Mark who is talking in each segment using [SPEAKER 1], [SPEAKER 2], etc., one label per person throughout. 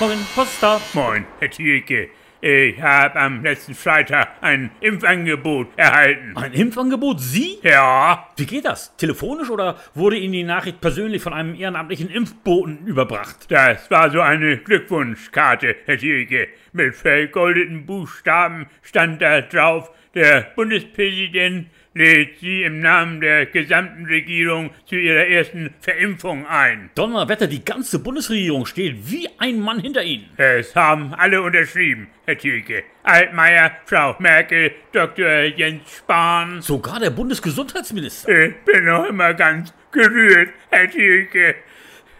[SPEAKER 1] Moin, Poster.
[SPEAKER 2] Moin, Herr Thielke. Ich habe am letzten Freitag ein Impfangebot erhalten.
[SPEAKER 1] Ein Impfangebot? Sie?
[SPEAKER 2] Ja,
[SPEAKER 1] Wie geht das? Telefonisch oder wurde Ihnen die Nachricht persönlich von einem ehrenamtlichen Impfboten überbracht?
[SPEAKER 2] das war so eine Glückwunschkarte, Herr Thielke. Mit vergoldeten Buchstaben stand da drauf, der Bundespräsident lädt Sie im Namen der gesamten Regierung zu Ihrer ersten Verimpfung ein.
[SPEAKER 1] Donnerwetter, die ganze Bundesregierung steht wie ein Mann hinter Ihnen.
[SPEAKER 2] Es haben alle unterschrieben, Herr Thielke. Altmaier, Frau Merkel, Dr. Jens Spahn.
[SPEAKER 1] Sogar der Bundesgesundheitsminister.
[SPEAKER 2] Ich bin noch immer ganz gerührt, Herr Thielke.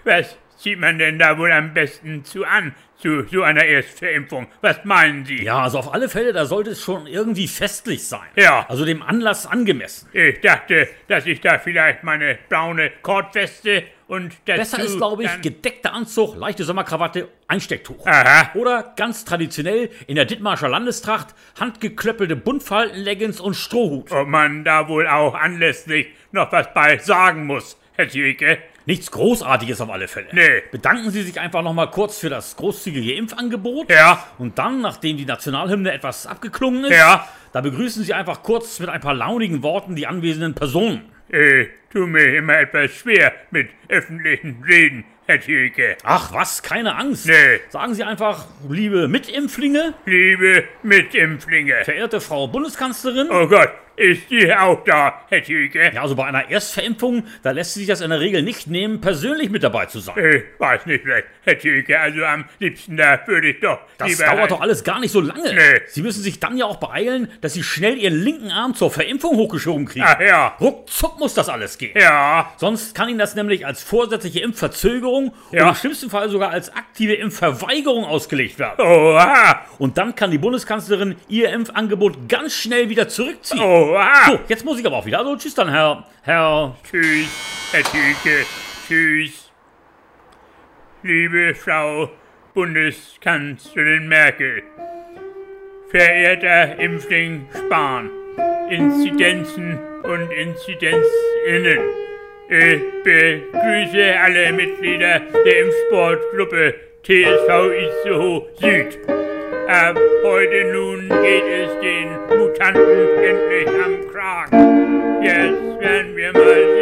[SPEAKER 2] Was zieht man denn da wohl am besten zu an, zu so einer Erstverimpfung? Was meinen Sie?
[SPEAKER 1] Ja, also auf alle Fälle, da sollte es schon irgendwie festlich sein.
[SPEAKER 2] Ja.
[SPEAKER 1] Also dem Anlass angemessen.
[SPEAKER 2] Ich dachte, dass ich da vielleicht meine braune Kordweste und dazu
[SPEAKER 1] Besser ist, glaube ich,
[SPEAKER 2] dann-
[SPEAKER 1] gedeckter Anzug, leichte Sommerkrawatte, Einstecktuch.
[SPEAKER 2] Aha.
[SPEAKER 1] Oder ganz traditionell in der Dithmarscher Landestracht handgeklöppelte Buntfalten-Leggings und Strohhut.
[SPEAKER 2] Ob man da wohl auch anlässlich noch was bei sagen muss, Herr Thielke.
[SPEAKER 1] Nichts Großartiges auf alle Fälle.
[SPEAKER 2] Nee.
[SPEAKER 1] Bedanken Sie sich einfach nochmal kurz für das großzügige Impfangebot.
[SPEAKER 2] Ja.
[SPEAKER 1] Und dann, nachdem die Nationalhymne etwas abgeklungen ist,
[SPEAKER 2] Ja.
[SPEAKER 1] da begrüßen Sie einfach kurz mit ein paar launigen Worten die anwesenden Personen.
[SPEAKER 2] Ich tu mir immer etwas schwer mit öffentlichen Reden, Herr Thielke.
[SPEAKER 1] Ach was, keine Angst.
[SPEAKER 2] Nee.
[SPEAKER 1] Sagen Sie einfach, liebe Mitimpflinge,
[SPEAKER 2] Liebe Mitimpflinge.
[SPEAKER 1] verehrte Frau Bundeskanzlerin,
[SPEAKER 2] Oh Gott, ist die auch da, Herr Thielke?
[SPEAKER 1] Ja, also bei einer Erstverimpfung, da lässt sich das in der Regel nicht nehmen, persönlich mit dabei zu sein.
[SPEAKER 2] Ich Äh, weiß nicht recht, Herr Thielke, also am liebsten da würde ich doch
[SPEAKER 1] Das
[SPEAKER 2] lieber...
[SPEAKER 1] dauert doch alles gar nicht so lange.
[SPEAKER 2] Nee.
[SPEAKER 1] Sie müssen sich dann ja auch beeilen, dass Sie schnell Ihren linken Arm zur Verimpfung hochgeschoben kriegen.
[SPEAKER 2] Ach Ah, ja,
[SPEAKER 1] Ruckzuck muss das alles gehen.
[SPEAKER 2] ja,
[SPEAKER 1] Sonst kann Ihnen das nämlich als vorsätzliche Impfverzögerung
[SPEAKER 2] Ja.
[SPEAKER 1] und im schlimmsten Fall sogar als aktive Impfverweigerung ausgelegt werden.
[SPEAKER 2] oha,
[SPEAKER 1] Und dann kann die Bundeskanzlerin ihr Impfangebot ganz schnell wieder zurückziehen.
[SPEAKER 2] Oh. oha,
[SPEAKER 1] So, jetzt muss ich aber auch wieder. Also tschüss dann, Herr, Herr
[SPEAKER 2] tschüss, Herr Thielke, tschüss. Liebe Frau Bundeskanzlerin Merkel, verehrter Impfling Spahn, Inzidenzen und Inzidenzinnen. Ich begrüße alle Mitglieder der Impfsportgruppe TSV Itzehoe Süd. Ab heute nun geht es den Mutanten endlich am Kragen. Jetzt werden wir mal